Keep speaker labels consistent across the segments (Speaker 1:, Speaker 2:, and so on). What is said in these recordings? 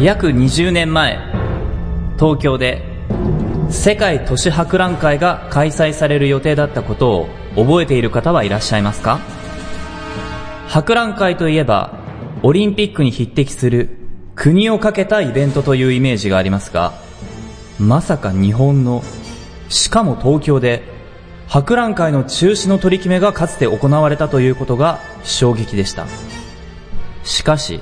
Speaker 1: 約20年前東京で世界都市博覧会が開催される予定だったことを覚えている方はいらっしゃいますか博覧会といえばオリンピックに匹敵する国をかけたイベントというイメージがありますがまさか日本のしかも東京で博覧会の中止の取り決めがかつて行われたということが衝撃でしたしかし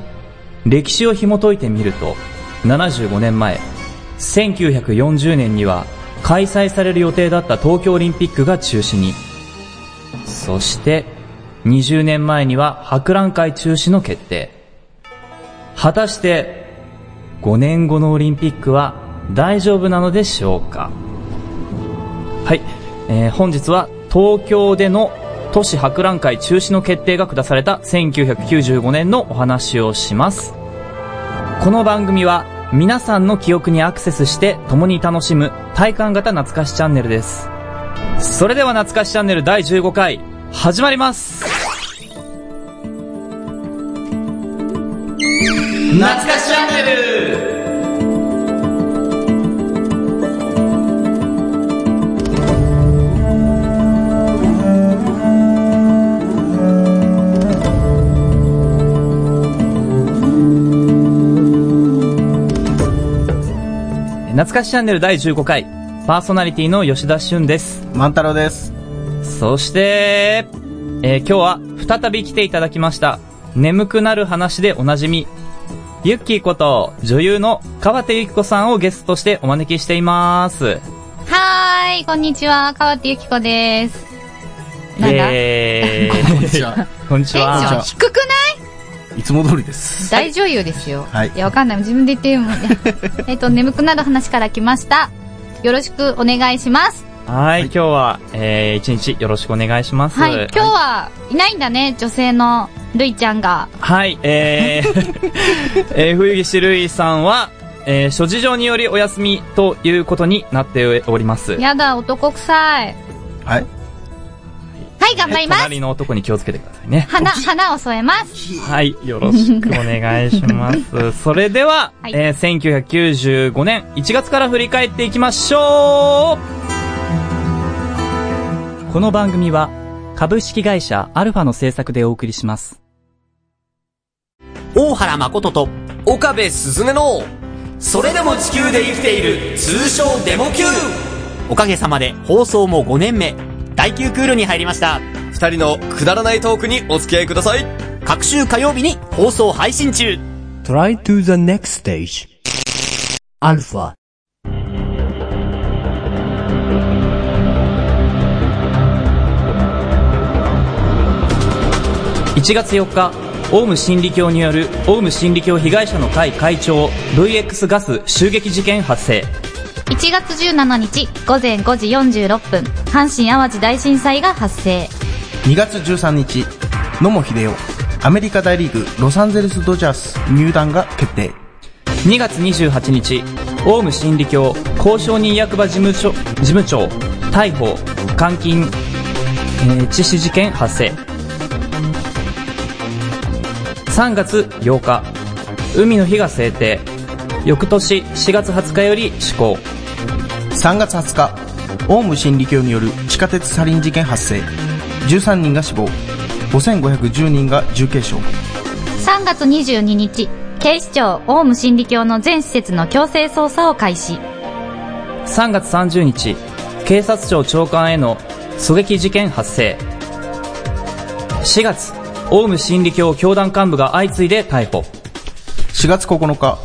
Speaker 1: 歴史を紐解いてみると75年前1940年には開催される予定だった東京オリンピックが中止にそして20年前には博覧会中止の決定果たして5年後のオリンピックは大丈夫なのでしょうかはい、えー、本日は東京での都市博覧会中止の決定が下された1995年のお話をしますこの番組は皆さんの記憶にアクセスして共に楽しむ体感型懐かしチャンネルですそれでは懐かしチャンネル第15回始まります
Speaker 2: 懐かしチャンネル
Speaker 1: 懐かしチャンネル第15回パーソナリティの吉田俊です
Speaker 3: 万太郎です
Speaker 1: そして、えー、今日は再び来ていただきました眠くなる話でおなじみユッキーこと女優の川手ゆき子さんをゲストとしてお招きしています
Speaker 4: はーいこんにちは川手ゆき子です
Speaker 1: なんだえ
Speaker 3: ー、こんにちは
Speaker 1: こんにちは
Speaker 4: 低くない
Speaker 3: いつも通りです。
Speaker 4: 大女優ですよ。
Speaker 3: はい。
Speaker 4: いや、わかんない。自分で言ってるもん ね。えっと、眠くなる話から来ました。よろしくお願いします。
Speaker 1: はい,はい、今日は、えー、一日よろしくお願いします。
Speaker 4: はい、今日はいないんだね、女性のるいちゃんが。
Speaker 1: はい、えー、えー、 冬岸るいさんは、えー、諸事情によりお休みということになっております。
Speaker 4: やだ、男臭い。
Speaker 3: はい。
Speaker 4: はい、頑張ります。
Speaker 1: 隣の男に気をつけてくださいね。
Speaker 4: 花、花を添えます。
Speaker 1: はい、よろしくお願いします。 それでは、はい、えー、1995年1月から振り返っていきましょうこの番組は、株式会社アルファの制作でお送りします。
Speaker 2: 大原誠と岡部鈴音の、それでも地球で生きている、通称デモ級おかげさまで放送も5年目。第9クールに入りました
Speaker 5: 2人のくだらないトークにお付き合いください
Speaker 2: 各週火曜日に放送配信中
Speaker 6: Try to the next stage アルファ
Speaker 1: 1月4日オウム真理教によるオウム真理教被害者の会会長 VX ガス襲撃事件発生
Speaker 4: 1月17日午前5時46分阪神・淡路大震災が発生
Speaker 3: 2月13日野茂英雄アメリカ大リーグロサンゼルス・ドジャース入団が決定
Speaker 1: 2月28日オウム真理教交渉人役場事務所事務長逮捕監禁、えー、致死事件発生3月8日海の日が制定翌年4月20日より施行
Speaker 3: 3月20日オウム真理教による地下鉄サリン事件発生13人が死亡5510人が重軽傷
Speaker 4: 3月22日警視庁オウム真理教の全施設の強制捜査を開始
Speaker 1: 3月30日警察庁長官への狙撃事件発生4月オウム真理教教団幹部が相次いで逮捕
Speaker 3: 4月9日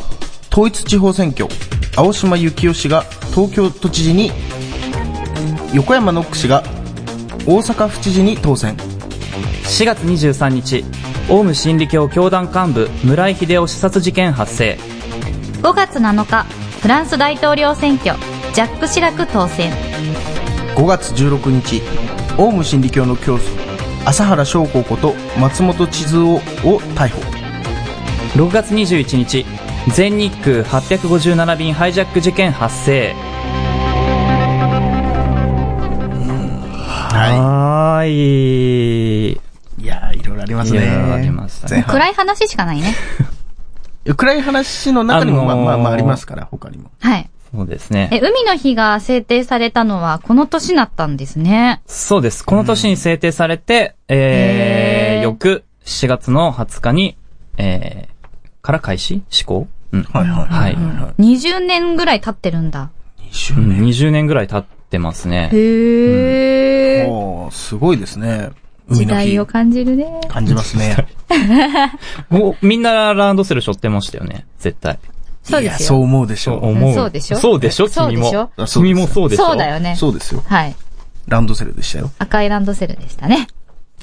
Speaker 3: 統一地方選挙青島幸男氏が東京都知事に横山ノック氏が大阪府知事に当選
Speaker 1: 4月23日オウム真理教教団幹部村井秀夫刺殺事件発生
Speaker 4: 5月7日フランス大統領選挙ジャック・シラク当選
Speaker 3: 5月16日オウム真理教の教祖朝原将校こと松本千鶴夫を逮捕
Speaker 1: 6月21日全日空857便ハイジャック事件発生、はい、
Speaker 3: い。いやいろいろありますね。
Speaker 1: いろいろありましたね。
Speaker 4: 暗い話しかないね。
Speaker 3: 暗い話の中にも、
Speaker 1: あのー
Speaker 3: まあまあまあありますから、他にも。
Speaker 4: はい。
Speaker 1: そうですね。
Speaker 4: え、海の日が制定されたのはこの年だったんですね。
Speaker 1: そうです。この年に制定されて、え
Speaker 4: へー
Speaker 1: ー、翌7月の20日に、えー、から開始施行うん。
Speaker 3: はいはい
Speaker 1: はい。
Speaker 4: 20年ぐらい経ってるんだ。
Speaker 1: う
Speaker 3: 20
Speaker 1: ん20年ぐらい経ってますね。
Speaker 4: へー。
Speaker 3: 年。おーすごいですね。
Speaker 4: 時
Speaker 3: 海の
Speaker 4: 代
Speaker 3: 日
Speaker 4: を。感じるね。
Speaker 3: 感じますね。
Speaker 1: おみんなランドセル背負ってましたよね。絶対。
Speaker 4: そうで
Speaker 3: いや
Speaker 4: す
Speaker 3: そう
Speaker 4: よ。
Speaker 3: 思うでしょう。
Speaker 1: 思う。
Speaker 4: そうでしょ
Speaker 1: そうでしょ
Speaker 4: そう
Speaker 1: 君
Speaker 4: でしょ
Speaker 1: も。
Speaker 3: あそうで
Speaker 1: 君
Speaker 3: す
Speaker 1: もそうでしょ
Speaker 4: そうだよね。
Speaker 3: そうですよ。
Speaker 4: はい。
Speaker 3: ランドセルでしたよ。
Speaker 4: 赤いランドセルでしたね。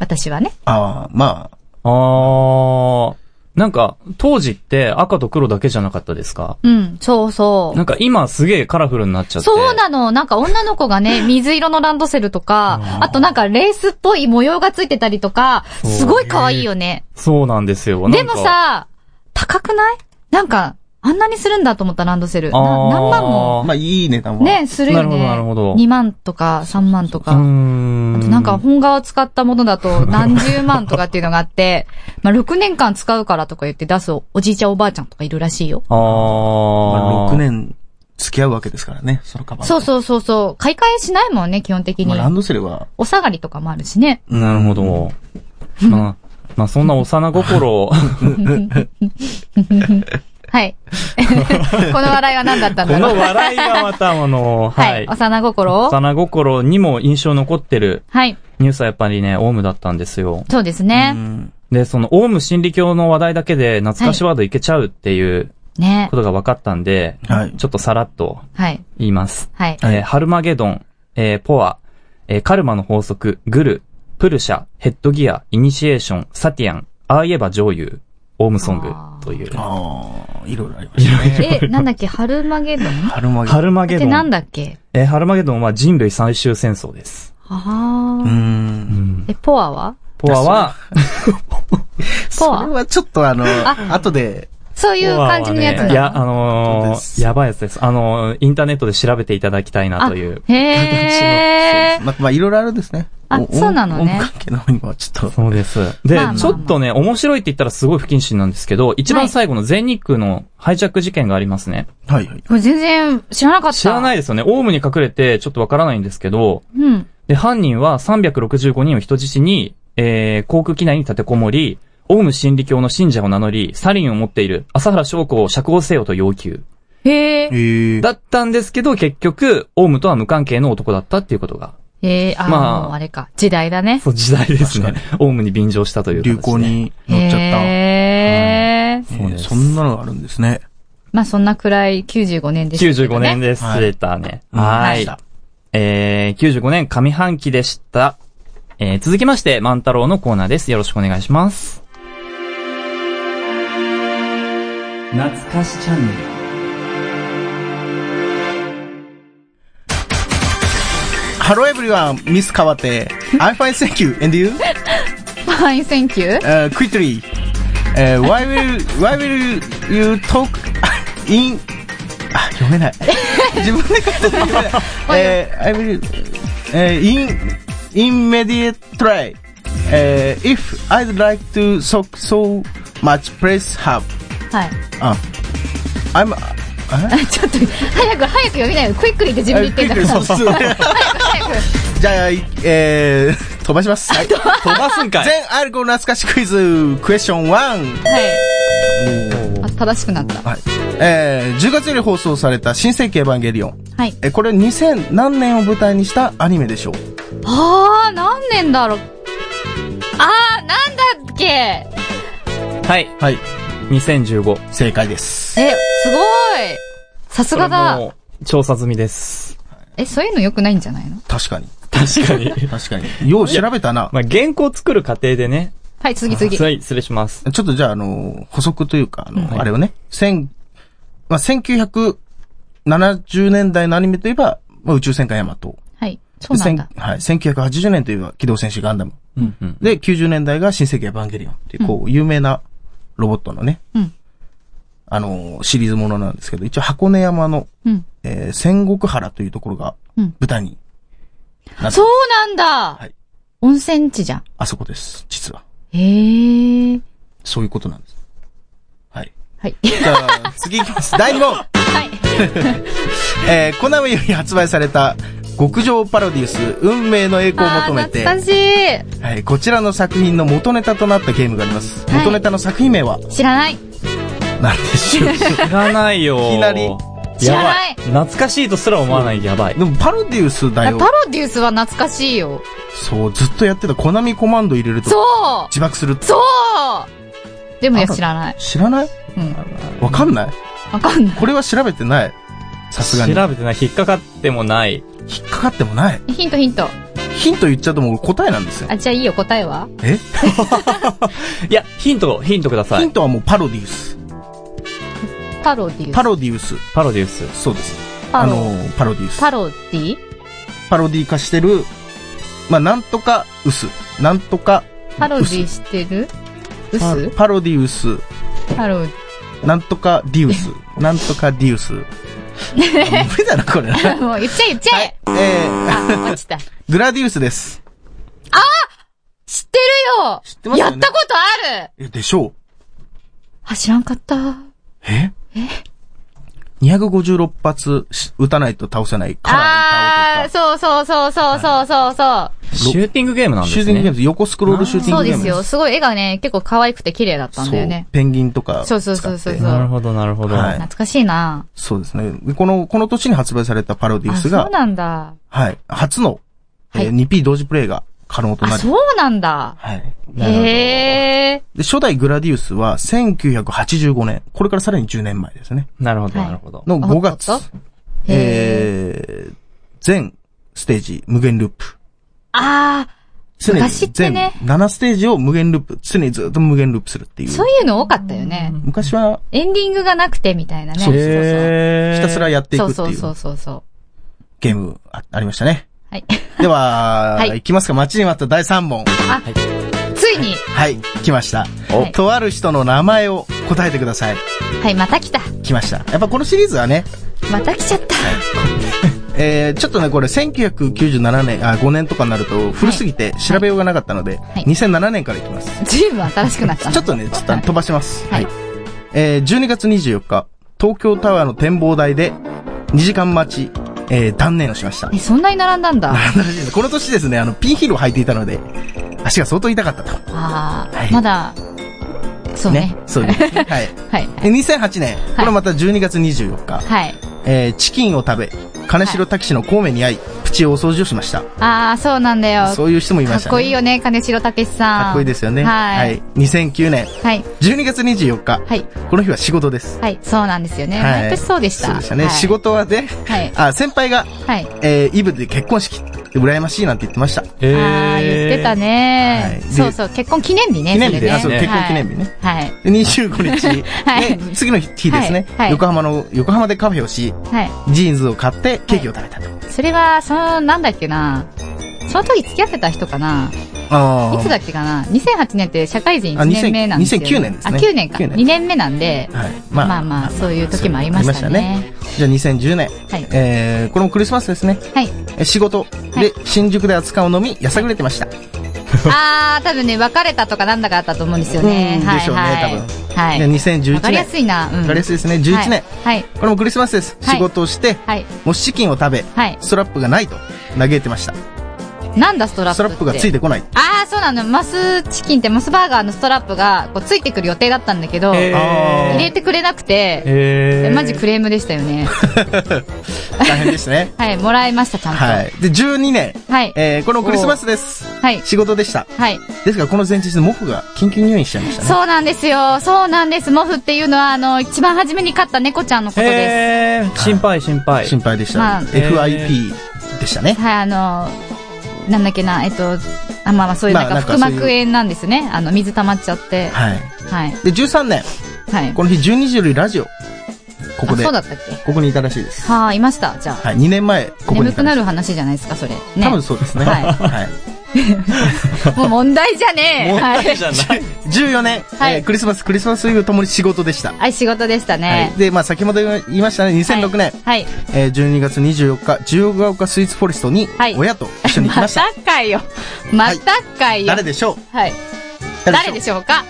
Speaker 4: 私はね。
Speaker 3: ああ、ま
Speaker 1: あ
Speaker 3: あ、
Speaker 1: ー。なんか、当時って赤と黒だけじゃなかったですか
Speaker 4: うん、そうそ
Speaker 1: なんか今すげえカラフルになっちゃ
Speaker 4: う。
Speaker 1: って。
Speaker 4: そうなの。なんか女の子が ね、水色のランドセルとか、あとなんかレースっぽい模様がついてたりとか、
Speaker 1: う
Speaker 4: すごい可愛いよね。
Speaker 1: そうなんですよ。
Speaker 4: で
Speaker 1: なんか
Speaker 4: も、さ、高くないなんか、あんなにするんだと思ったランドセル。な
Speaker 1: あー
Speaker 4: 何万も。
Speaker 3: まあいい値段は。
Speaker 4: ね、するよね。
Speaker 1: なるほどなるほど
Speaker 4: 2万とか3万と
Speaker 1: う
Speaker 4: か。
Speaker 1: ー
Speaker 4: あと
Speaker 1: ん。
Speaker 4: なんか本革使ったものだと何十万とかっていうのがあって、まあ6年間使うからとか言って出すおじいちゃんおばあちゃんとかいるらしいよ。
Speaker 1: あ
Speaker 3: まあ
Speaker 1: ー。
Speaker 3: 6年付き合うわけですからね、そのカバン。
Speaker 4: そうそうそうそう。買い替えしないもんね、基本的
Speaker 3: ま
Speaker 4: に
Speaker 3: あ。ランドセルは、
Speaker 4: お下がりとかもあるしね。
Speaker 1: なるほど。まあ、まあそんな幼心、
Speaker 4: はい。この笑いは何だったん
Speaker 1: こ
Speaker 4: だろ
Speaker 1: の
Speaker 4: う。
Speaker 1: 笑いがまたあの、
Speaker 4: は。
Speaker 1: はいい。
Speaker 4: 幼心を
Speaker 1: 幼心にも印象残ってる
Speaker 4: はい。
Speaker 1: ニュースはやっぱりね、オウムだったんですよ。
Speaker 4: そうですね
Speaker 3: う。ん
Speaker 1: で、そのオウム真理教の話題だけで懐かしワードいけちゃうっていう
Speaker 4: ね
Speaker 1: こ。とが分かったんで、
Speaker 3: はい
Speaker 1: ちょっとさらっと
Speaker 4: はい。
Speaker 1: 言います。
Speaker 4: はい。
Speaker 1: えーハルマゲドン、えーポア、えーカルマの法則、グル、プルシャ、ヘッドギア、イニシエーション、サティアン、ああ言えば上優、オウムソングという。
Speaker 3: ああ、いろいろありましたね。
Speaker 4: え、なんだっけ、ハルマゲドンっ
Speaker 3: 春巻き。
Speaker 1: ハルマゲド
Speaker 4: て
Speaker 1: ン。
Speaker 4: なんだっけ
Speaker 1: えーハルマゲドンは人類最終戦争です。
Speaker 4: あ
Speaker 3: う
Speaker 4: あ。
Speaker 3: ん。
Speaker 4: え、ポアは
Speaker 1: ポアは、
Speaker 4: ポ
Speaker 3: これ
Speaker 4: ア
Speaker 3: はちょっとあの、後で、
Speaker 4: そういう感じのやつ
Speaker 1: ポア
Speaker 4: な
Speaker 1: はね
Speaker 4: の
Speaker 1: いや、あの
Speaker 3: そうで
Speaker 1: ー、
Speaker 3: す
Speaker 1: やばいやつです。あのー、インターネットで調べていただきたいなという。
Speaker 4: あへー。
Speaker 3: まあまあいろいろあるんですね。
Speaker 4: あ
Speaker 3: お
Speaker 4: そうなのね
Speaker 3: 音楽関係の方にもちょっと。
Speaker 1: そうです。で、
Speaker 4: まあまあまあ
Speaker 1: ちょっとね、面白いって言ったらすごい不謹慎なんですけど、一
Speaker 4: は
Speaker 1: 番
Speaker 4: い
Speaker 1: 最後の全日空のハイジャック事件がありますね。
Speaker 3: はいはい。
Speaker 4: これ全然知らなかった。。
Speaker 1: 知らないいですよね。オウムに隠れてちょっとわからないんですけど、
Speaker 4: うん。
Speaker 1: で、犯人は365人を人質に、えー、航空機内に立てこもり、オウム真理教の信者を名乗り、サリンを持っている朝原翔子を釈放せよと要求。
Speaker 4: へー。
Speaker 3: ええ。
Speaker 1: だったんですけど、結局、オウムとは無関係の男だったっていうことが、
Speaker 4: えー、あー、
Speaker 1: まあ
Speaker 4: もうあれか。時代だね。
Speaker 1: そう時代ですね
Speaker 3: 確。
Speaker 1: オウムに便乗したという、
Speaker 3: 流行。に乗っちゃった。
Speaker 4: へ
Speaker 3: え
Speaker 4: ー。
Speaker 1: そう
Speaker 3: え
Speaker 1: です
Speaker 3: そんなのがあるんですね。
Speaker 4: まあそんなくらい95年でしたけど
Speaker 1: 95
Speaker 4: ね。
Speaker 1: 年です。
Speaker 3: はい
Speaker 1: スレーターね。
Speaker 3: うん
Speaker 1: は
Speaker 3: はい
Speaker 1: い。えー、95年上半期でした。えー、続きまして、万太郎のコーナーです。よろしくお願いします。懐かしチャンネル。
Speaker 3: Hello everyone, Miss Kawate. I'm fine, thank you. And you?
Speaker 4: ファインセンキュー
Speaker 3: Uh, quickly. Uh, why will, why will you talk in, あ、読 めない。自分で勝手に読めない。えー I will, えー in, immediate try. えー if I'd like to talk so much, please have.
Speaker 4: はい。
Speaker 3: あ、I'm,
Speaker 4: あ ちょっと、早く、早く読みないよ。クイックリって自分で言ってんだから。早く、早
Speaker 3: じゃあ、えー、飛ばします。 はい。
Speaker 1: 飛ばすんかい。
Speaker 3: 全アルコ懐かしクイズ、クエスチョン1。
Speaker 4: く。はい。あ、正しくなった。
Speaker 3: はい。えー、10月より放送された新世紀エヴァンゲリオン。
Speaker 4: はい。
Speaker 3: えー、これ2000何年を舞台にしたアニメでしょう。
Speaker 4: あー、何年だろう。あー、なんだっけえ、
Speaker 1: はい。
Speaker 3: はい。
Speaker 1: 2015。
Speaker 3: 正解です。
Speaker 4: すごい。さすが
Speaker 1: これ
Speaker 4: だ。
Speaker 1: もう調査済みです。
Speaker 4: え、そういうの良くないんじゃないの
Speaker 3: 確かに。
Speaker 1: 確かに。
Speaker 3: 確かに。よう調べたな。
Speaker 1: まあ、原稿作る過程でね。
Speaker 4: はい、次次。
Speaker 1: はい、失礼します。
Speaker 3: ちょっとじゃあ、あのー、補足というか、あの、
Speaker 1: はい
Speaker 3: あれをね、千、まあ、1970年代のアニメといえば、まあ、宇宙戦艦ヤマト。
Speaker 4: はい。そうなんだ。
Speaker 3: 千はい。1980年といえば、機動戦士ガンダム。
Speaker 1: うんうん。
Speaker 3: で、90年代が新世紀エヴァンゲリオンっていう、こう、有名なロボットのね、
Speaker 4: うん
Speaker 3: あのー、シリーズものなんですけど、一応箱根山の、
Speaker 4: うん。
Speaker 3: えー仙石原というところが、
Speaker 4: うん
Speaker 3: 舞台に、なって
Speaker 4: そうなんだ
Speaker 3: はい
Speaker 4: 温泉地じゃん。
Speaker 3: あそこです、実は。
Speaker 4: へえ。
Speaker 3: そういうことなんです。はい。
Speaker 4: はい。
Speaker 3: じゃあ、 次いきます。第2問
Speaker 4: はい。
Speaker 3: えー、コナミより発売された、極上パロディウス、運命の栄光を
Speaker 4: あ
Speaker 3: 求
Speaker 4: ー
Speaker 3: めて、
Speaker 4: 懐かし
Speaker 3: はい、こちらの作品の元ネタとなったゲームがあります。
Speaker 4: はい
Speaker 3: 元ネタの作品名は、
Speaker 4: い。知らない。
Speaker 3: なんでし ょう
Speaker 1: 知らないよ。
Speaker 3: いきなり
Speaker 4: 知らない
Speaker 1: やば懐かしいとすら思わない。やばい。
Speaker 3: でも、パロディウスだ
Speaker 4: あ
Speaker 3: よ
Speaker 4: パ。ロデュースは懐かしいよ。
Speaker 3: そう、ずっとやってたコナミコマンド入れると、
Speaker 4: そう
Speaker 3: 自爆する。
Speaker 4: そうでもいや、
Speaker 3: あと
Speaker 4: 知らない。
Speaker 3: 知らない
Speaker 4: うん。
Speaker 3: わかんない
Speaker 4: わかんない。
Speaker 3: これは調べてない。さすがに。
Speaker 1: 調べてない。引っかかってもない。
Speaker 3: 引っかかってもない。
Speaker 4: ヒントヒント。
Speaker 3: ヒント言っちゃうともう答えなんですよ。
Speaker 4: あ、じゃあいいよ、答えは
Speaker 3: え
Speaker 1: いや、ヒント、ヒントくださ
Speaker 3: ヒン
Speaker 1: い。
Speaker 3: トはもうパロディウス。
Speaker 4: パロディー。
Speaker 3: パロディウス。
Speaker 1: パロディウス。
Speaker 3: そうです。
Speaker 4: パ
Speaker 3: あ
Speaker 4: ロ
Speaker 3: のー、パロディウス。
Speaker 4: パロディ
Speaker 3: パロディ化してる、まあ、なんとかウス。なんとかウス。
Speaker 4: パロディしてるウ
Speaker 3: パ
Speaker 4: ス
Speaker 3: パロディウス。
Speaker 4: パロディ。
Speaker 3: なんとかディウス。なんとかディウス。無理だな、これな。
Speaker 4: もう言っちゃえ言っちゃえ、
Speaker 3: えー、
Speaker 4: あ、落ちた。知っ
Speaker 3: グラディウスです。
Speaker 4: てるよ
Speaker 3: ってますよ
Speaker 4: や
Speaker 3: ね
Speaker 4: ったことある
Speaker 3: え、でしょう
Speaker 4: あ、知らんかった。
Speaker 3: ええ ?256 発し撃たないと倒せないカラ
Speaker 4: あ
Speaker 3: ー
Speaker 4: ー、
Speaker 3: に倒
Speaker 4: そうそうそうそうそうそうそう。
Speaker 1: シューティングゲームなん
Speaker 3: と
Speaker 1: で
Speaker 3: か。
Speaker 1: す
Speaker 3: シュ
Speaker 1: ね。
Speaker 3: ーティングゲームです。横スクロールシューティン
Speaker 4: そう
Speaker 3: グゲ
Speaker 4: で
Speaker 3: ーム
Speaker 4: すよ。すごい絵がね、結構可愛くて綺麗だったんだよね。
Speaker 3: ペンギンとか。
Speaker 4: そうそうそうそう
Speaker 3: 使って
Speaker 1: なるほど、なるほど。
Speaker 3: はい
Speaker 4: 懐かしいな
Speaker 3: そうですね。でこの、この年に発売されたパロディウ
Speaker 4: あ、そ
Speaker 3: ス
Speaker 4: う
Speaker 3: が、
Speaker 4: なんだ。
Speaker 3: はい。初の、えー
Speaker 4: はい
Speaker 3: 2P 同時プレイが可能とな
Speaker 4: あ、
Speaker 3: り。
Speaker 4: そうなんだ。
Speaker 3: はい。
Speaker 4: へえ。
Speaker 3: で、初代グラディウスは1985年、これからさらに10年前ですね。
Speaker 1: なるほど、
Speaker 4: はい
Speaker 1: なるほど。
Speaker 3: の
Speaker 4: あ
Speaker 3: 5月
Speaker 4: あっ、ー
Speaker 3: えー、全ステージ無限ループ。
Speaker 4: あ
Speaker 3: 常に
Speaker 4: 昔って
Speaker 3: 全
Speaker 4: ね
Speaker 3: 7ステージを無限ループ、常にずっと無限ループするってい
Speaker 4: ー、
Speaker 3: う。
Speaker 4: そういうの多かったよね。
Speaker 3: 昔は
Speaker 4: エンディングがなくてみたいなね。
Speaker 3: そうそうそう
Speaker 1: へー
Speaker 3: ひたすらやってい
Speaker 4: そ
Speaker 3: く
Speaker 4: う
Speaker 3: って
Speaker 4: そう
Speaker 3: い
Speaker 4: そう
Speaker 3: う
Speaker 4: そうそう。
Speaker 3: ゲームあありましたね。
Speaker 4: はい。
Speaker 3: では、
Speaker 4: はい
Speaker 3: い、きますか。待ちに待った第3問。
Speaker 4: あ、ついに、
Speaker 3: はい、来ました。
Speaker 4: お
Speaker 3: とある人の名前を答えてください。
Speaker 4: はい、また来た。
Speaker 3: 来ました。やっぱこのシリーズはね、
Speaker 4: また来ちゃった。
Speaker 3: えー、ちょっとね、これ1997年、あ、5年とかになると古すぎて調べようがなかったので、
Speaker 4: い
Speaker 3: 2007年からいきます。
Speaker 4: 随分新しくなったな。
Speaker 3: ちょっとね、ちょっと飛ばします。
Speaker 4: はい。
Speaker 3: えー、12月24日、東京タワーの展望台で、2時間待ち、えー、断念をしました。
Speaker 4: え、そんなに並んだんだ。
Speaker 3: 新しいですこの年ですね、あの、ピンヒールを履いていたので、足が相当痛かったと。
Speaker 4: あ
Speaker 3: は
Speaker 4: あ、
Speaker 3: い
Speaker 4: まだ、そうね。
Speaker 3: そ うです。はい。
Speaker 4: はい。
Speaker 3: え2008年、これまた12月24日、
Speaker 4: はい。
Speaker 3: えー、チキンを食べ、金城拓司の孔明に会い、プチお掃除をしました。
Speaker 4: ああ、そうなんだよ。
Speaker 3: そういう人もいま
Speaker 4: か
Speaker 3: し
Speaker 4: った
Speaker 3: ね。
Speaker 4: こいいよね、金城武さん。
Speaker 3: かっこいいですよね。
Speaker 4: はい。はい。
Speaker 3: 2009年、
Speaker 4: はい。
Speaker 3: 12月24日、
Speaker 4: はい。
Speaker 3: この日は仕事です。
Speaker 4: そうなんですよね。
Speaker 3: はい
Speaker 4: 毎年そうでした。
Speaker 3: そうでしたね。
Speaker 4: はい
Speaker 3: 仕。事はね、
Speaker 4: はい
Speaker 3: あ、先輩が、
Speaker 4: はい。
Speaker 3: えーイブで結婚式、羨ましいなんて言ってました。
Speaker 1: へ
Speaker 4: ああ、言ってた
Speaker 3: は
Speaker 4: ね
Speaker 3: い。で
Speaker 4: そうそう、結婚記念日ね。
Speaker 3: 記念日
Speaker 4: それ
Speaker 3: で、
Speaker 4: ね
Speaker 3: あ、そう、
Speaker 1: ね
Speaker 3: 結婚記念日ね。
Speaker 4: はい。
Speaker 3: で25日、
Speaker 4: はい
Speaker 3: ね次の日ですね、
Speaker 4: はいはい
Speaker 3: 横浜の、横浜でカフェをし、
Speaker 4: はい。
Speaker 3: ジーンズを買ってケーキを食べたと。
Speaker 4: それは、その、なんだっけな。その時付き合ってた人かな。
Speaker 3: あ
Speaker 4: いつだっけかな。2008年って社会人1年目なんですよ、
Speaker 3: あ2009年です
Speaker 4: あ、
Speaker 3: ね
Speaker 4: 9年か。
Speaker 3: 9年
Speaker 4: 2年目なんで。
Speaker 3: はい。
Speaker 4: まあまあ、そういう時もありましたね。
Speaker 3: じゃあ2010年、
Speaker 4: はい
Speaker 3: えー、これもクリスマスですね。
Speaker 4: はい。
Speaker 3: え仕事
Speaker 4: は
Speaker 3: で
Speaker 4: い
Speaker 3: 新宿で扱うを飲み、やさぐれてました。
Speaker 4: あー、多分ね、別れたとかなんだかあったと思うんですよね。
Speaker 3: うん
Speaker 4: はい
Speaker 3: でしょうね
Speaker 4: はい。
Speaker 3: 多
Speaker 4: はい。
Speaker 3: じゃあ2011年。
Speaker 4: わかりやすいな。うん。
Speaker 3: わかりやすいですね。11
Speaker 4: は
Speaker 3: 年。
Speaker 4: い。はい。
Speaker 3: これもクリスマスです。
Speaker 4: はい
Speaker 3: 仕事をして、
Speaker 4: はい
Speaker 3: もしチキンを食べ、
Speaker 4: はい
Speaker 3: ストラップがないと嘆いてました。
Speaker 4: なんだストラップ
Speaker 3: ストラップがつい
Speaker 4: て。
Speaker 3: てこない。
Speaker 4: あー、そうなの。マスチキンって、マスバーガーのストラップが、こう、ついてくる予定だったんだけど、入
Speaker 3: あ
Speaker 4: れてくれなくて、
Speaker 1: へー
Speaker 4: マジクレームでしたよ ね。。
Speaker 3: 大変でしたね
Speaker 4: はい、もらいました、ちゃんと。
Speaker 3: はい。で、12年。
Speaker 4: はい
Speaker 3: えー、これもクリスマスです。
Speaker 4: はい
Speaker 3: 仕事でした。
Speaker 4: はい。
Speaker 3: ですが、この前日、モフが緊急入院しちゃいましたね。
Speaker 4: そうなんですよ。そうなんです。モフっていうのは、あの、一番初めに飼った猫ちゃんのことで
Speaker 1: へー心配、心配。
Speaker 3: 心配でした。
Speaker 4: まあ
Speaker 3: FIP でしたね
Speaker 4: す。。はい、あの、なんだっけな、えっと、あまあまあ、そういうなん
Speaker 3: ま
Speaker 4: か
Speaker 3: あなんか
Speaker 4: 腹
Speaker 3: そういう
Speaker 4: 膜炎なんですね。あの、水溜まっちゃって。
Speaker 3: はい。
Speaker 4: はい。
Speaker 3: で、13年。
Speaker 4: はい。
Speaker 3: この日、12時よりラジオ。ここ
Speaker 4: あ
Speaker 3: で。
Speaker 4: そうだったっけ
Speaker 3: ここにいたらしいです。
Speaker 4: はあ、いました。じゃあ。
Speaker 3: はい。2年前、ここに
Speaker 4: 眠
Speaker 3: いた
Speaker 4: く
Speaker 3: ら
Speaker 4: な
Speaker 3: しい
Speaker 4: る話じゃないですか、それ。ね。
Speaker 3: 多分そうですね。
Speaker 4: はい
Speaker 3: はい。
Speaker 4: もう問題じゃねえ。はい。
Speaker 1: じゃない。
Speaker 3: 14年、
Speaker 4: はい
Speaker 3: えークリスマス、クリスマスイブともに仕事でした。
Speaker 4: はい、仕事でした
Speaker 3: はい
Speaker 4: ね。。
Speaker 3: で、まあ、先ほど言いましたね、2006年。
Speaker 4: はい。
Speaker 3: えー、12月24日、十ヶ丘スイーツフォレストに
Speaker 4: はい、
Speaker 3: 親と一緒に行きま
Speaker 4: ま
Speaker 3: した。
Speaker 4: たかよ。またかよ。
Speaker 3: 誰でしょう
Speaker 4: はい。誰でしょうか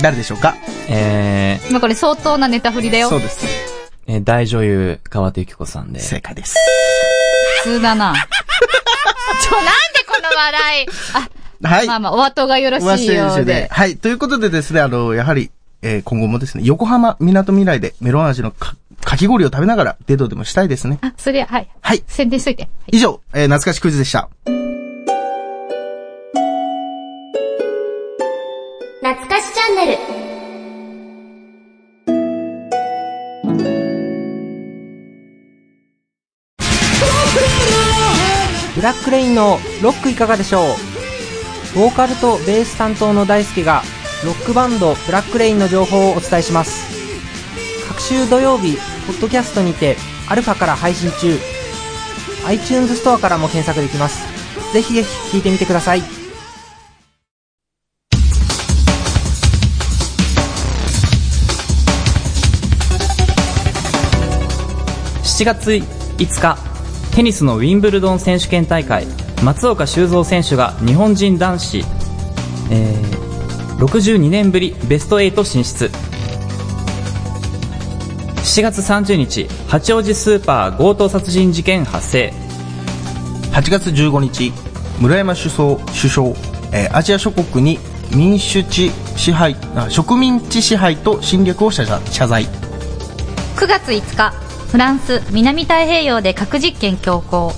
Speaker 3: 誰でしょうか
Speaker 1: え
Speaker 4: 今これ相当なネタ振りだよ
Speaker 3: そう。です。
Speaker 1: ーえー大女優、川手ゆき子さんで。
Speaker 3: 正解です。
Speaker 4: 普通だ な。ちょ、なんでこの笑い。
Speaker 3: はい。
Speaker 4: まあまあ、お後がよろしいようで。
Speaker 3: はい。ということでですね、あの、やはり、えー今後もですね、横浜港未来でメロン味のかかき氷を食べながらデートでもしたいですね。
Speaker 4: あ、それ、はい。
Speaker 3: はい。
Speaker 4: 宣伝しといて。
Speaker 3: 以上、えー懐かしクイズでした。
Speaker 7: 懐かしチャンネル
Speaker 8: ブラックレインのロックいかがでしょうボーカルとベース担当の大輔がロックバンドブラックレインの情報をお伝えします各週土曜日ポッドキャストにてアルファから配信中 iTunes ストアからも検索できますぜひぜひ聞いてみてください
Speaker 1: 7月5日テニスのウィンブルドン選手権大会松岡修造選手が日本人男子、えー62年ぶりベスト8進出7月30日八王子スーパー強盗殺人事件発生
Speaker 3: 8月15日、村山首相、首相、えーアジア諸国に民主地支配、あ植民地支配と侵略を謝罪謝罪。
Speaker 7: 9月5日フランス南太平洋で核実験強行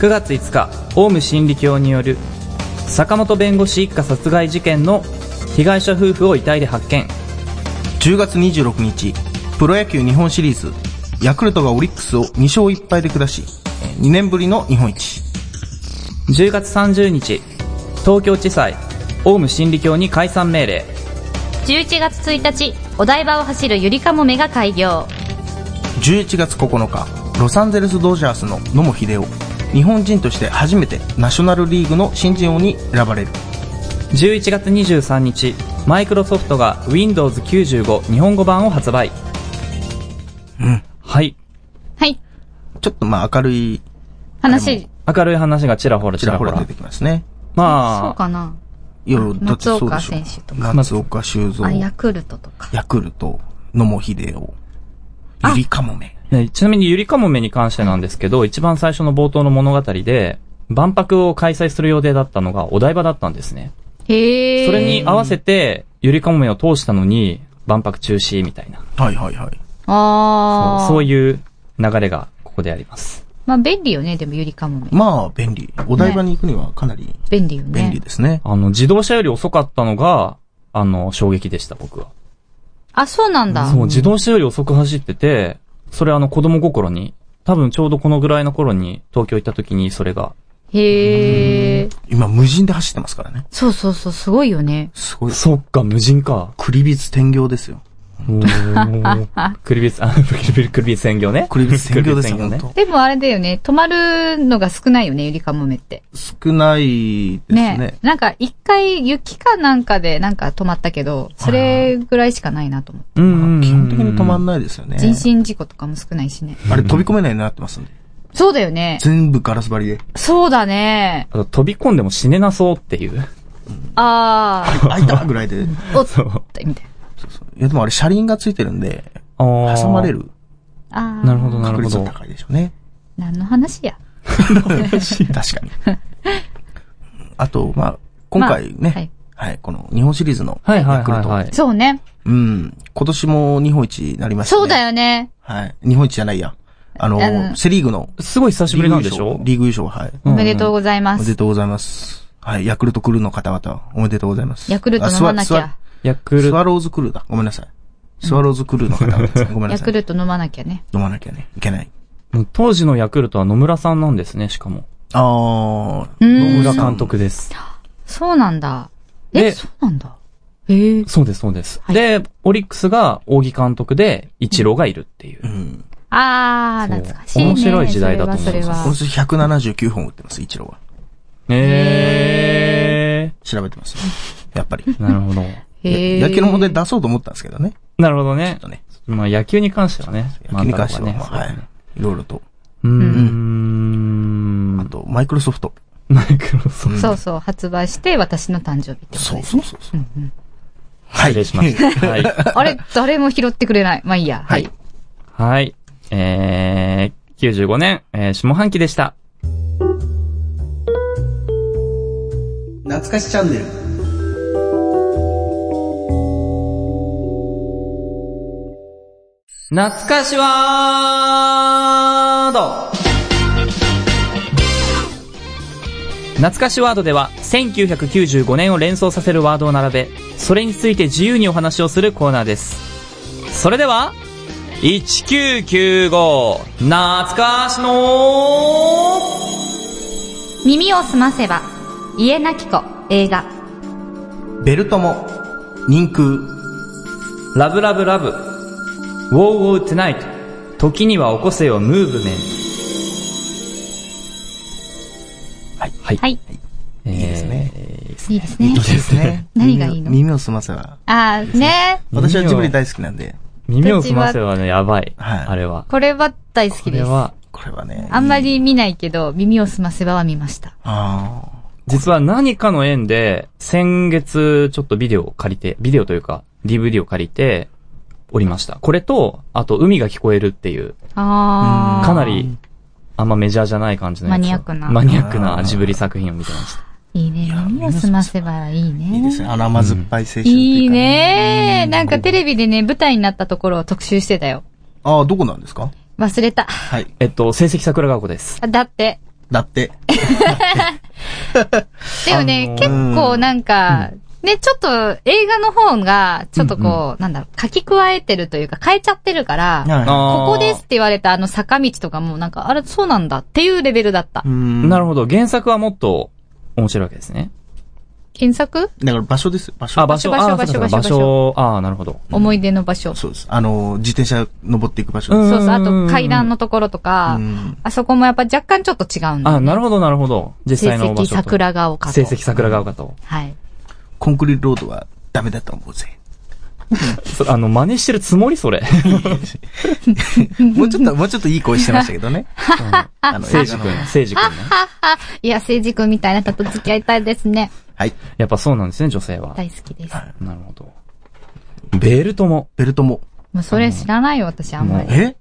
Speaker 1: 9月5日オウム真理教による坂本弁護士一家殺害事件の被害者夫婦を遺体で発見
Speaker 3: 10月26日、プロ野球日本シリーズ、ヤクルトがオリックスを2勝1敗で下し、2年ぶりの日本一。
Speaker 1: 10月30日東京地裁オウム真理教に解散命令
Speaker 7: 11月1日お台場を走るゆりかもめが開業
Speaker 3: 11月9日、ロサンゼルスドジャースの野茂英雄、日本人として初めてナショナルリーグの新人王に選ばれる。
Speaker 1: 11月23日マイクロソフトが Windows95 日本語版を発売はい
Speaker 4: はい。
Speaker 3: ちょっとまあ明るい、
Speaker 4: 話、
Speaker 1: 明るい話がちらほら
Speaker 3: ち
Speaker 1: ち
Speaker 3: ら
Speaker 1: ら
Speaker 3: ほ
Speaker 1: ほ
Speaker 3: ら
Speaker 1: ら
Speaker 3: 出てきますね。
Speaker 4: そ
Speaker 1: ま
Speaker 4: う
Speaker 1: あ
Speaker 4: かな。
Speaker 3: いや、だってそうでし
Speaker 4: 松
Speaker 3: ょ
Speaker 4: 岡選手と。
Speaker 3: 松岡修造
Speaker 4: あ、、ヤクルトとか。
Speaker 3: ヤクルト、野茂英雄、ゆりかもめ。
Speaker 1: ねちなみにゆりかもめに関してなんですけど一番最初の冒頭の物語で万博を開催する予定だったのがお台場だったんですね
Speaker 4: へえ。
Speaker 1: それに合わせてゆりかもめを通したのに万博中止みたいな
Speaker 3: はいはいはい。
Speaker 4: ああ。
Speaker 1: そういう流れがここであります。
Speaker 4: まあ便利よね、でもゆりかもめ。
Speaker 3: まあ、便利。お台場に行くにはかなり
Speaker 4: 便利よね。
Speaker 3: 便利ですね。
Speaker 1: あの、自動車より遅かったのが、あの、衝撃でした、僕は。
Speaker 4: あ、そうなんだ。
Speaker 1: そう、自動車より遅く走ってて、それあの、子供心に、多分ちょうどこのぐらいの頃に東京行った時にそれが、
Speaker 4: へえ。
Speaker 3: 今、無人で走ってますからね。
Speaker 4: そうそうそう、すごいよね。
Speaker 3: すごい。
Speaker 1: そっか、無人か。
Speaker 3: クリビツ天行ですよ。
Speaker 1: クリビス、 あ、クリビ、クリビ専業ね。
Speaker 3: クリビツ天行ですよ、
Speaker 1: クリビ
Speaker 3: 本
Speaker 1: ス専
Speaker 3: 当
Speaker 4: でもあれだよね、泊まるのが少ないよね、ゆりかもめって。
Speaker 3: 少ないです
Speaker 4: ね
Speaker 3: ね。
Speaker 4: なんか一回雪かなんかでなんか泊まったけど、それぐらいしかないなと思って。
Speaker 1: うんうんうん、
Speaker 3: 基本的に止まん
Speaker 1: ない。
Speaker 3: ないですよね。
Speaker 4: 人身事故とかも少ないしね。
Speaker 3: あれ飛び込めないようになってますんで。
Speaker 4: そうだよね。
Speaker 3: 全部ガラス張りで。
Speaker 4: そうだね。
Speaker 1: あと飛び込んでも死ねなそうっていう。
Speaker 4: あ
Speaker 3: 開いたぐらいで。い
Speaker 4: ー、お っと、みたい
Speaker 3: や、でもあれ車輪がついてるんで、挟
Speaker 1: 挟
Speaker 3: まれ。る
Speaker 4: な。あー。
Speaker 1: なるほど、なる
Speaker 3: 確
Speaker 1: ほ
Speaker 3: 率
Speaker 1: ど
Speaker 3: が。高いでしょうね。
Speaker 4: 何の話や。
Speaker 3: 確かに。あと、まあ、今回ね、
Speaker 4: まあ
Speaker 3: は
Speaker 4: はいい、
Speaker 3: この日本シリーズの
Speaker 1: はいはい
Speaker 3: ヤク
Speaker 1: は
Speaker 3: ル
Speaker 1: い
Speaker 3: ト、
Speaker 1: はい。
Speaker 4: そうね。
Speaker 3: うん、今年も日本一になりましたね。
Speaker 4: そうだ
Speaker 3: よ。
Speaker 4: よね。
Speaker 3: はい。日本一じゃないや。あの、
Speaker 4: あの
Speaker 3: セリーグの
Speaker 1: すごい久しぶりなんでしょ
Speaker 3: リーグ優勝、リーグ優勝はい。
Speaker 4: おめでとうございま。
Speaker 3: おめですとうございます。はい。ヤクルトクルーの方々、おめでとうございます。
Speaker 4: ヤクルト
Speaker 3: あ
Speaker 4: 飲
Speaker 3: スワ
Speaker 4: まなき
Speaker 3: スワ
Speaker 4: ゃ。
Speaker 1: ヤク
Speaker 3: ス
Speaker 1: ル
Speaker 3: ワローズクルーだ。ごめんなさい。スワローズクルーの方々ですね。ごめんな
Speaker 4: ヤ
Speaker 3: さ
Speaker 4: ク
Speaker 3: い。
Speaker 4: ルト飲まなきゃね。
Speaker 3: 飲まなきゃね。いけない。
Speaker 1: うん当時のヤクルトは野村さんなんですね、しかも。
Speaker 3: あー、
Speaker 4: うん
Speaker 1: 野村監督です。
Speaker 4: そうなんだ。
Speaker 1: で
Speaker 4: え、そうなんだ。ええ。
Speaker 1: そうです、そうです。
Speaker 4: はい
Speaker 1: で、オリックスが扇監督で、一郎がいるっていう
Speaker 3: う。ん。
Speaker 4: あー、
Speaker 1: そう
Speaker 4: 懐かしいね。
Speaker 1: 面白い時代だと思います
Speaker 4: それは
Speaker 3: 今年179本打ってます、イチローは。
Speaker 1: え
Speaker 3: 調べてます、やっぱり。
Speaker 1: ー。なるほど。
Speaker 4: それは
Speaker 3: 野球の問題出そうと思ったんですけどね。
Speaker 1: なるほどね
Speaker 3: ちょっ。とね。
Speaker 1: まあ野球に関してはね。
Speaker 3: 野球に関しては、
Speaker 1: まあ
Speaker 3: はい。いろいろと。
Speaker 1: うー
Speaker 3: あ
Speaker 1: ん。
Speaker 3: と、マイクロソフト。
Speaker 1: マイクロソフト。
Speaker 4: そうそう、発売して私の誕生日ってこと
Speaker 3: そう
Speaker 4: です
Speaker 3: そう
Speaker 4: ね。
Speaker 3: そうそう。
Speaker 1: 失礼しま した。はい。
Speaker 9: あれ、誰も拾ってくれない。まあいいや。はい。
Speaker 1: はい。えー、95年、えー下半期でした。
Speaker 10: 懐かしチャンネル。
Speaker 1: 懐かしワード懐かしワードでは1995年を連想させるワードを並べそれについて自由にお話をするコーナーですそれでは1995懐かしの
Speaker 4: 耳をすませば、家なき子映画。
Speaker 10: ベルトも、人空、
Speaker 1: ラブラブラブウォーウォートゥナイト時には起こせよムーブメントはいはい、
Speaker 4: はい。
Speaker 1: えー、いいですね
Speaker 4: いいですね。
Speaker 3: ですね。
Speaker 4: 何がいいの
Speaker 3: 耳を澄ませば。
Speaker 4: あーね。
Speaker 3: 私はジブリ大好きなんで、
Speaker 1: 耳を澄ませはね、やばい。
Speaker 3: はい
Speaker 1: あれは。
Speaker 4: これは大好
Speaker 1: こ
Speaker 4: きで
Speaker 1: れ
Speaker 4: す。
Speaker 1: は、
Speaker 3: これはね。
Speaker 4: あんまり見ないけど、耳をすませばは見ました。
Speaker 3: あ
Speaker 1: 実は何かの縁で、先月ちょっとビデオを借りて、ビデオというか、DVD を借りて、おりました。これと、あと、海が聞こえるっていう、
Speaker 4: あー。
Speaker 1: かなり、あんまメジャーじゃない感じのやつを
Speaker 4: マニアックな
Speaker 1: マニアックなジブリ作品を見てました。
Speaker 4: いいね。耳をすませばいいね。
Speaker 3: あ。いいですね。あの甘酸っぱい青春っていうか。
Speaker 4: いい。ねなんかテレビでね、舞台になったところを特集してたよ。
Speaker 3: ああ、どこなんですか
Speaker 4: 忘れた。
Speaker 3: はい。
Speaker 1: えっと、成績桜川子です。
Speaker 4: だって。
Speaker 3: だって。
Speaker 4: でもね、
Speaker 1: あ
Speaker 4: 結構なんか、ね、ちょっと映画の方が、ちょっとこう、なんだろう、書き加えてるというか、変えちゃってるから、
Speaker 3: は
Speaker 1: あー
Speaker 4: ここですって言われたあの坂道とかもなんか、あれ、そうなんだっていうレベルだった
Speaker 3: い。う。ん。
Speaker 1: なるほど。原作はもっと、面白いわけですね。
Speaker 4: 検索
Speaker 3: だから場所ですよ、場所。
Speaker 1: あ、場所、
Speaker 4: 場所
Speaker 1: あー
Speaker 4: 場所
Speaker 1: そうかそうか
Speaker 4: 場所
Speaker 1: 場所、あーなるほど。
Speaker 4: 思い出の場所。そ
Speaker 3: そうです。あの、自転車登っていく場所
Speaker 1: う
Speaker 3: で
Speaker 1: ん
Speaker 3: す。
Speaker 4: うそう、あと階段のところとか
Speaker 3: うん、
Speaker 4: あそこもやっぱ若干ちょっと違うんだ。
Speaker 1: あ、なるほど、なるほど。実
Speaker 4: 成
Speaker 1: 際の場
Speaker 4: 績
Speaker 1: 所と。
Speaker 4: 桜顔かと。
Speaker 1: 成績桜川かと。
Speaker 4: はい。
Speaker 3: コンクリートロードはダメだと思うぜ。
Speaker 1: それあの、真似してるつもりそれ。
Speaker 3: もうちょっと、もうちょっといい声してましたけどね。 あの、
Speaker 1: せ
Speaker 3: 映
Speaker 1: いじ
Speaker 3: 画
Speaker 1: く
Speaker 3: の。
Speaker 1: ん、せいじくんね。
Speaker 4: いや、聖治君みたいな人と付き合いたいですね。
Speaker 3: はい。
Speaker 1: やっぱそうなんですね、女性は。
Speaker 4: 大好きです。
Speaker 1: なるほど。ベルトも。
Speaker 3: ベルトも。
Speaker 4: もうそれ知らないよ、私あんまり。
Speaker 3: え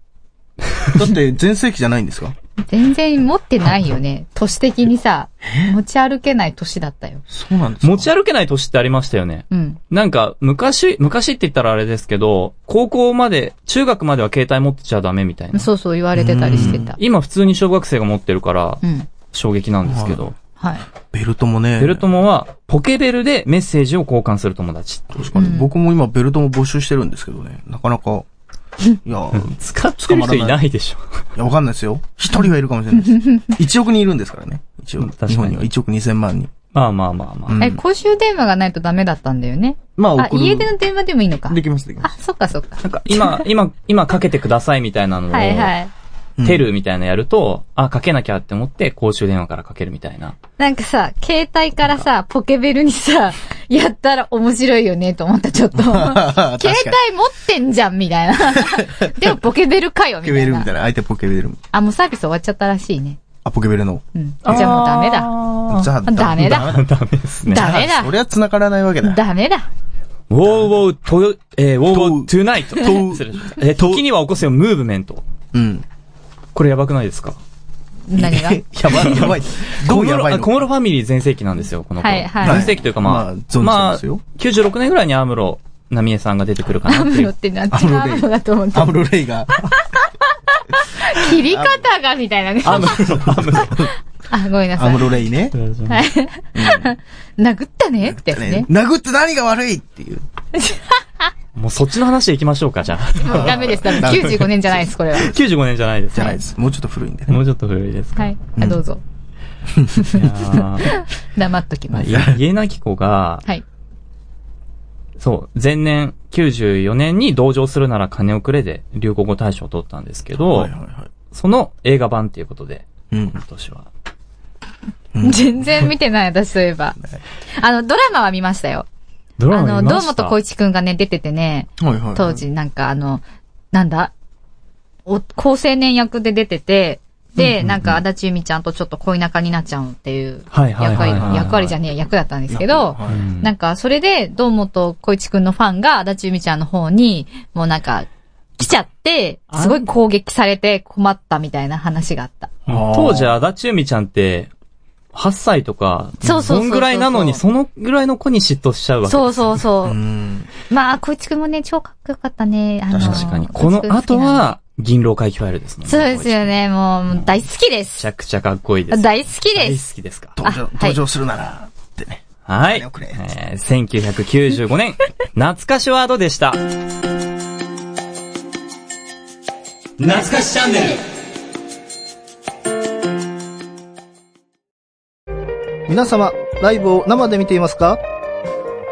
Speaker 3: だって、全盛期じゃないんですか
Speaker 4: 全然持ってないよ ね。都市的にさ、持ち歩けない年だったよ。
Speaker 3: そうなんですか
Speaker 1: 持ち歩けない年ってありましたよね。
Speaker 4: うん。
Speaker 1: なんか、昔、昔って言ったらあれですけど、高校まで、中学までは携帯持ってちゃダメみたいな。
Speaker 4: そうそう言われてたりしてた。
Speaker 1: 今普通に小学生が持ってるから
Speaker 4: う、ん。
Speaker 1: 衝撃なんですけど、
Speaker 4: はい。
Speaker 3: ベルトもね。
Speaker 1: ベルトモは、ポケベルでメッセージを交換する友達っていう。
Speaker 3: 確かに、僕も今ベルトも募集してるんですけどね。なか なか。いや、
Speaker 1: 使ってる人いないでしょ。
Speaker 3: いや、わかんないですよ。一人はいるかもしれないです。1億 人いるんですからね。一応
Speaker 1: 確か、に
Speaker 3: 日本には1億2000万人。
Speaker 1: まあまあまあまあ。
Speaker 3: うん
Speaker 4: え、公衆電話がないとダメだったんだよね。
Speaker 3: まあ、
Speaker 4: あ、
Speaker 3: 送る。
Speaker 4: 家での電話でもいいのか。
Speaker 3: できます、できま
Speaker 4: あ
Speaker 3: す。、
Speaker 4: そっかそっか。
Speaker 1: なんか、今、今、今かけてくださいみたいなのを、
Speaker 4: はいはい。
Speaker 3: うん
Speaker 1: テルみたいなやると、あ、かけなきゃって思って、公衆電話からかけるみたいな。
Speaker 4: なんかさ、携帯からさ、ポケベルに さ、やったら面白いよねと思った、ちょっと。携
Speaker 3: 携
Speaker 4: 帯持ってんじゃん、みたいな。でもポケベルかよ、
Speaker 3: ポ
Speaker 4: み
Speaker 3: ケ
Speaker 4: た
Speaker 3: ベ
Speaker 4: い
Speaker 3: ルみたい
Speaker 4: な。
Speaker 3: な。相手ポケベル。
Speaker 4: あ、もうサービス終わっちゃったらしいね。
Speaker 3: あ、ポケベルの。
Speaker 4: うん。じゃあもうダメだ。
Speaker 3: じゃあ
Speaker 4: ダメだ。
Speaker 1: ダメですね。
Speaker 4: ダメだ
Speaker 3: そ。りゃ繋がらないわけだ。
Speaker 4: ダメだ。
Speaker 1: ウォーウォー、トヨ、えー、ウォーウォー、トゥナイト。
Speaker 3: ウ
Speaker 1: 失礼しましたえー、時には起こせよ、ムーブメント。
Speaker 3: うん。
Speaker 1: これやばくないですか
Speaker 4: 何が
Speaker 3: やばい、やばい。どうやばい
Speaker 1: あ小
Speaker 3: の
Speaker 1: 室ファミリー全盛期なんですよ、この頃。
Speaker 4: はいはい
Speaker 1: 全盛期というか
Speaker 3: まあ
Speaker 1: ま
Speaker 3: 存
Speaker 1: あ、
Speaker 3: じて
Speaker 1: ま
Speaker 3: ま
Speaker 1: あ、
Speaker 3: すよ
Speaker 1: 96年ぐらいにアムロ、ナミエさんが出てくるかな
Speaker 4: ア
Speaker 1: って
Speaker 4: ム
Speaker 1: い
Speaker 4: ロ
Speaker 1: う
Speaker 4: っ。てな、違うアムロだと思った
Speaker 3: ア。ムロレ イが。
Speaker 4: 切り方がみたいなね。
Speaker 1: アムロ、アムロ。
Speaker 4: あ、ごめんな
Speaker 3: ア
Speaker 4: さい
Speaker 3: ム。ロレイね。
Speaker 4: はい。殴ったねってやつね
Speaker 3: ね。殴って何が悪いっていう。
Speaker 1: もうそっちの話で行きましょうか、じゃあ。
Speaker 4: もうダメです。ダメ
Speaker 3: ダメ
Speaker 4: 95年じゃないです、これは。
Speaker 1: 95年じゃないです。
Speaker 3: じゃないです。もうちょっと古いんでね。
Speaker 1: もうちょっと古いですか。
Speaker 4: はい。あどうぞ。
Speaker 1: いやー
Speaker 4: 黙っとき
Speaker 1: まあ
Speaker 4: ます。
Speaker 1: 家なき子が、
Speaker 4: はい。
Speaker 1: そう、前年94年に同情するなら金をくれで流行語大賞を取ったんですけど、
Speaker 3: はいはいはい。
Speaker 1: その映画版っていうことで、
Speaker 3: うん
Speaker 1: 今。年は。
Speaker 4: 全然見てない、私そういえば。あの、ドラマは見ましたよ。
Speaker 1: ド
Speaker 4: あの、堂
Speaker 1: もと
Speaker 4: 本光一くんがね、出ててね、
Speaker 3: はいはい。
Speaker 4: 当。時なんかあの、なんだお、高青年役で出てて、で、なんか、足立由美ちゃんとちょっと恋仲になっちゃうっていう
Speaker 1: はいはい
Speaker 4: 役
Speaker 1: はいはい。
Speaker 4: 割、役割じゃねえ、役だったんですけど、
Speaker 1: うん
Speaker 4: なんか、それで、堂本光一くんのファンが、足立由美ちゃんの方に、もうなんか、来ちゃって、すごい攻撃されて困ったみたいな話があった。
Speaker 1: 当時、足立由美ちゃんって、8歳とか、
Speaker 4: そうそうそうそう
Speaker 1: そんぐらいなのに、そのぐらいの子に嫉妬しちゃうわけ。
Speaker 4: そうそうそう。まあ、光一くんもね、超かっこよかったね。あの
Speaker 1: 確かに。この後、は、銀狼会ファイルですもんね。
Speaker 4: そうです
Speaker 1: め
Speaker 4: よね、もう、もう大好きで
Speaker 1: ち
Speaker 4: す。
Speaker 1: ゃくちゃかっこいいです。
Speaker 4: 大好き
Speaker 1: 大
Speaker 4: で
Speaker 1: 好
Speaker 4: す。
Speaker 1: きですか。
Speaker 4: あ
Speaker 3: 登場
Speaker 4: はい
Speaker 3: 登場するなら、ってね。
Speaker 1: はい。え
Speaker 3: お金をくれ
Speaker 1: ー1995年、懐かしワードでした。
Speaker 11: 懐かしチャンネル
Speaker 12: 皆様、ライブを生で見ていますか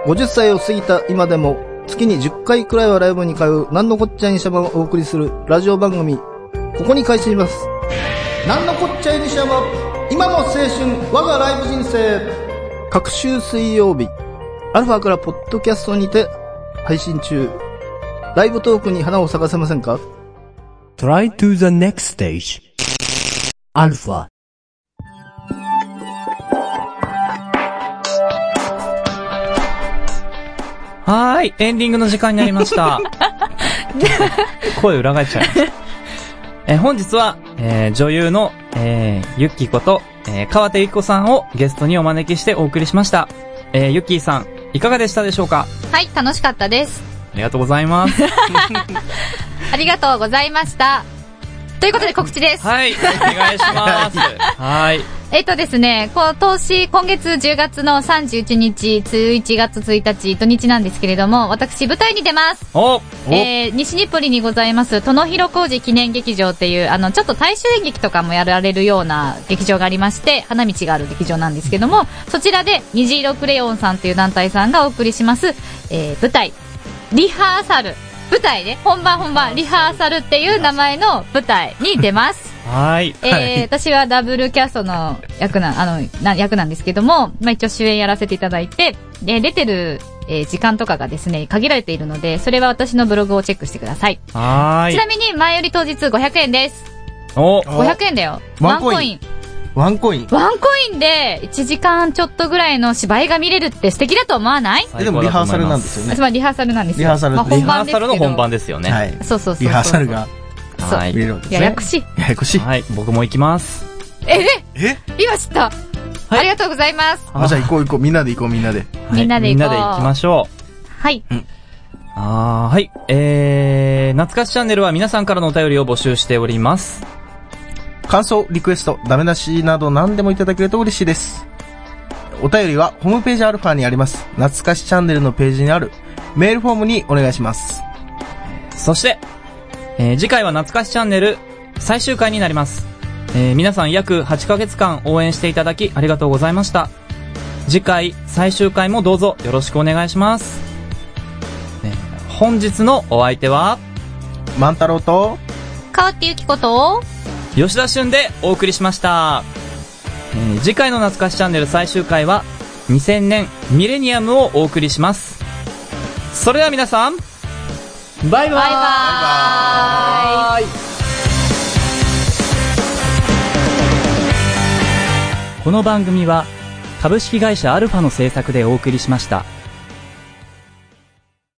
Speaker 12: ?50 歳を過ぎた今でも、月に10回くらいはライブに通う、なんのこっちゃいにしゃばをお送りする、ラジオ番組、ここに開始します。なんのこっちゃいにしゃば、今も青春、我がライブ人生。各週水曜日、アルファからポッドキャストにて、配信中。ライブトークに花を咲かせませんか
Speaker 2: Try to the next stage. Alpha.
Speaker 1: はーい、エンディングの時間になりました。 声裏返っちゃいました。えー本日は、えー女優の、えーゆっきーこと、えー川手ゆき子さんをゲストにお招きしてお送りしました。えーゆっきーさん、いかがでしたでしょうか
Speaker 4: はい、楽しかったです。
Speaker 1: ありがとうございます。
Speaker 4: ありがとうございました。ということで告知です。
Speaker 1: はい、お願いします。はい。
Speaker 4: えっとですね、今年、今月10月の31日、11月1日、土日なんですけれども、私舞台に出ます。
Speaker 1: おお
Speaker 4: えー、西日暮里にございます、殿広小路記念劇場っていう、あの、ちょっと大衆演劇とかもやられるような劇場がありまして、花道がある劇場なんですけども、そちらで、虹色クレヨンさんっていう団体さんがお送りします、えー、舞台、リハーサル。舞台ね、本番本番、リハーサルっていう名前の舞台に出ます。
Speaker 1: はい。
Speaker 4: えー私はダブルキャストの役な、あの、な役なんですけども、まあ、一応主演やらせていただいて、で、出てる、えー時間とかがですね、限られているので、それは私のブログをチェックしてください。
Speaker 1: はー
Speaker 4: ち
Speaker 1: い
Speaker 4: な。みに、前より当日500円です。
Speaker 1: お
Speaker 4: 500円だよ。
Speaker 13: ワンコイン
Speaker 4: イン。
Speaker 13: ワンコイン。
Speaker 4: ワンコインで、1時間ちょっとぐらいの芝居が見れるって素敵だと思わない
Speaker 1: 最
Speaker 3: えで
Speaker 1: 高
Speaker 3: もリ
Speaker 1: だと
Speaker 3: ハー
Speaker 1: 思い
Speaker 3: サル
Speaker 1: ま
Speaker 3: なん
Speaker 1: す
Speaker 3: ですよね
Speaker 4: つ。まりリハーサルなんですよ。
Speaker 3: リハーサル
Speaker 4: まあ、
Speaker 3: リ
Speaker 4: 本番で
Speaker 1: リ
Speaker 4: す
Speaker 1: ハ
Speaker 4: け
Speaker 1: ーサル
Speaker 4: ど。
Speaker 1: の本番ですよね。
Speaker 3: は
Speaker 1: はい。
Speaker 3: い。
Speaker 4: そうそうそうそう。
Speaker 3: リハーサルが
Speaker 4: そう。
Speaker 1: はい
Speaker 3: 見れるわけです
Speaker 4: や
Speaker 3: ね。
Speaker 4: やこしい。
Speaker 3: ややこしい。
Speaker 1: 僕も行きます。
Speaker 4: え、
Speaker 3: え
Speaker 4: 今知った。
Speaker 1: い
Speaker 4: ありがとうございます。
Speaker 3: あ、じゃあ行こう行こう。みんなで行こうみんなで。
Speaker 1: はい
Speaker 4: みんなで
Speaker 1: み
Speaker 4: 行こうん
Speaker 1: なで行きましょう。
Speaker 4: はい。
Speaker 1: あー、はい。えー、懐かしチャンネルは皆さんからのお便りを募集しております。
Speaker 3: 感想、リクエスト、ダメ出しなど何でもいただけると嬉しいです。お便りはホームページアルファにあります。懐かしチャンネルのページにあるメールフォームにお願いします。
Speaker 1: そして、えー、次回は懐かしチャンネル最終回になります。えー、皆さん約8ヶ月間応援していただきありがとうございました。次回最終回もどうぞよろしくお願いします。ね本日のお相手は、
Speaker 3: 万太郎と、
Speaker 4: かわってゆきことを、
Speaker 1: 吉田俊でお送りしました、えー次回の懐かしチャンネル最終回は2000年ミレニアムをお送りしますそれでは皆さんバ
Speaker 4: バ
Speaker 1: イバイ
Speaker 4: イバーイ。
Speaker 1: この番組は株式会社アルファの制作でお送りしました。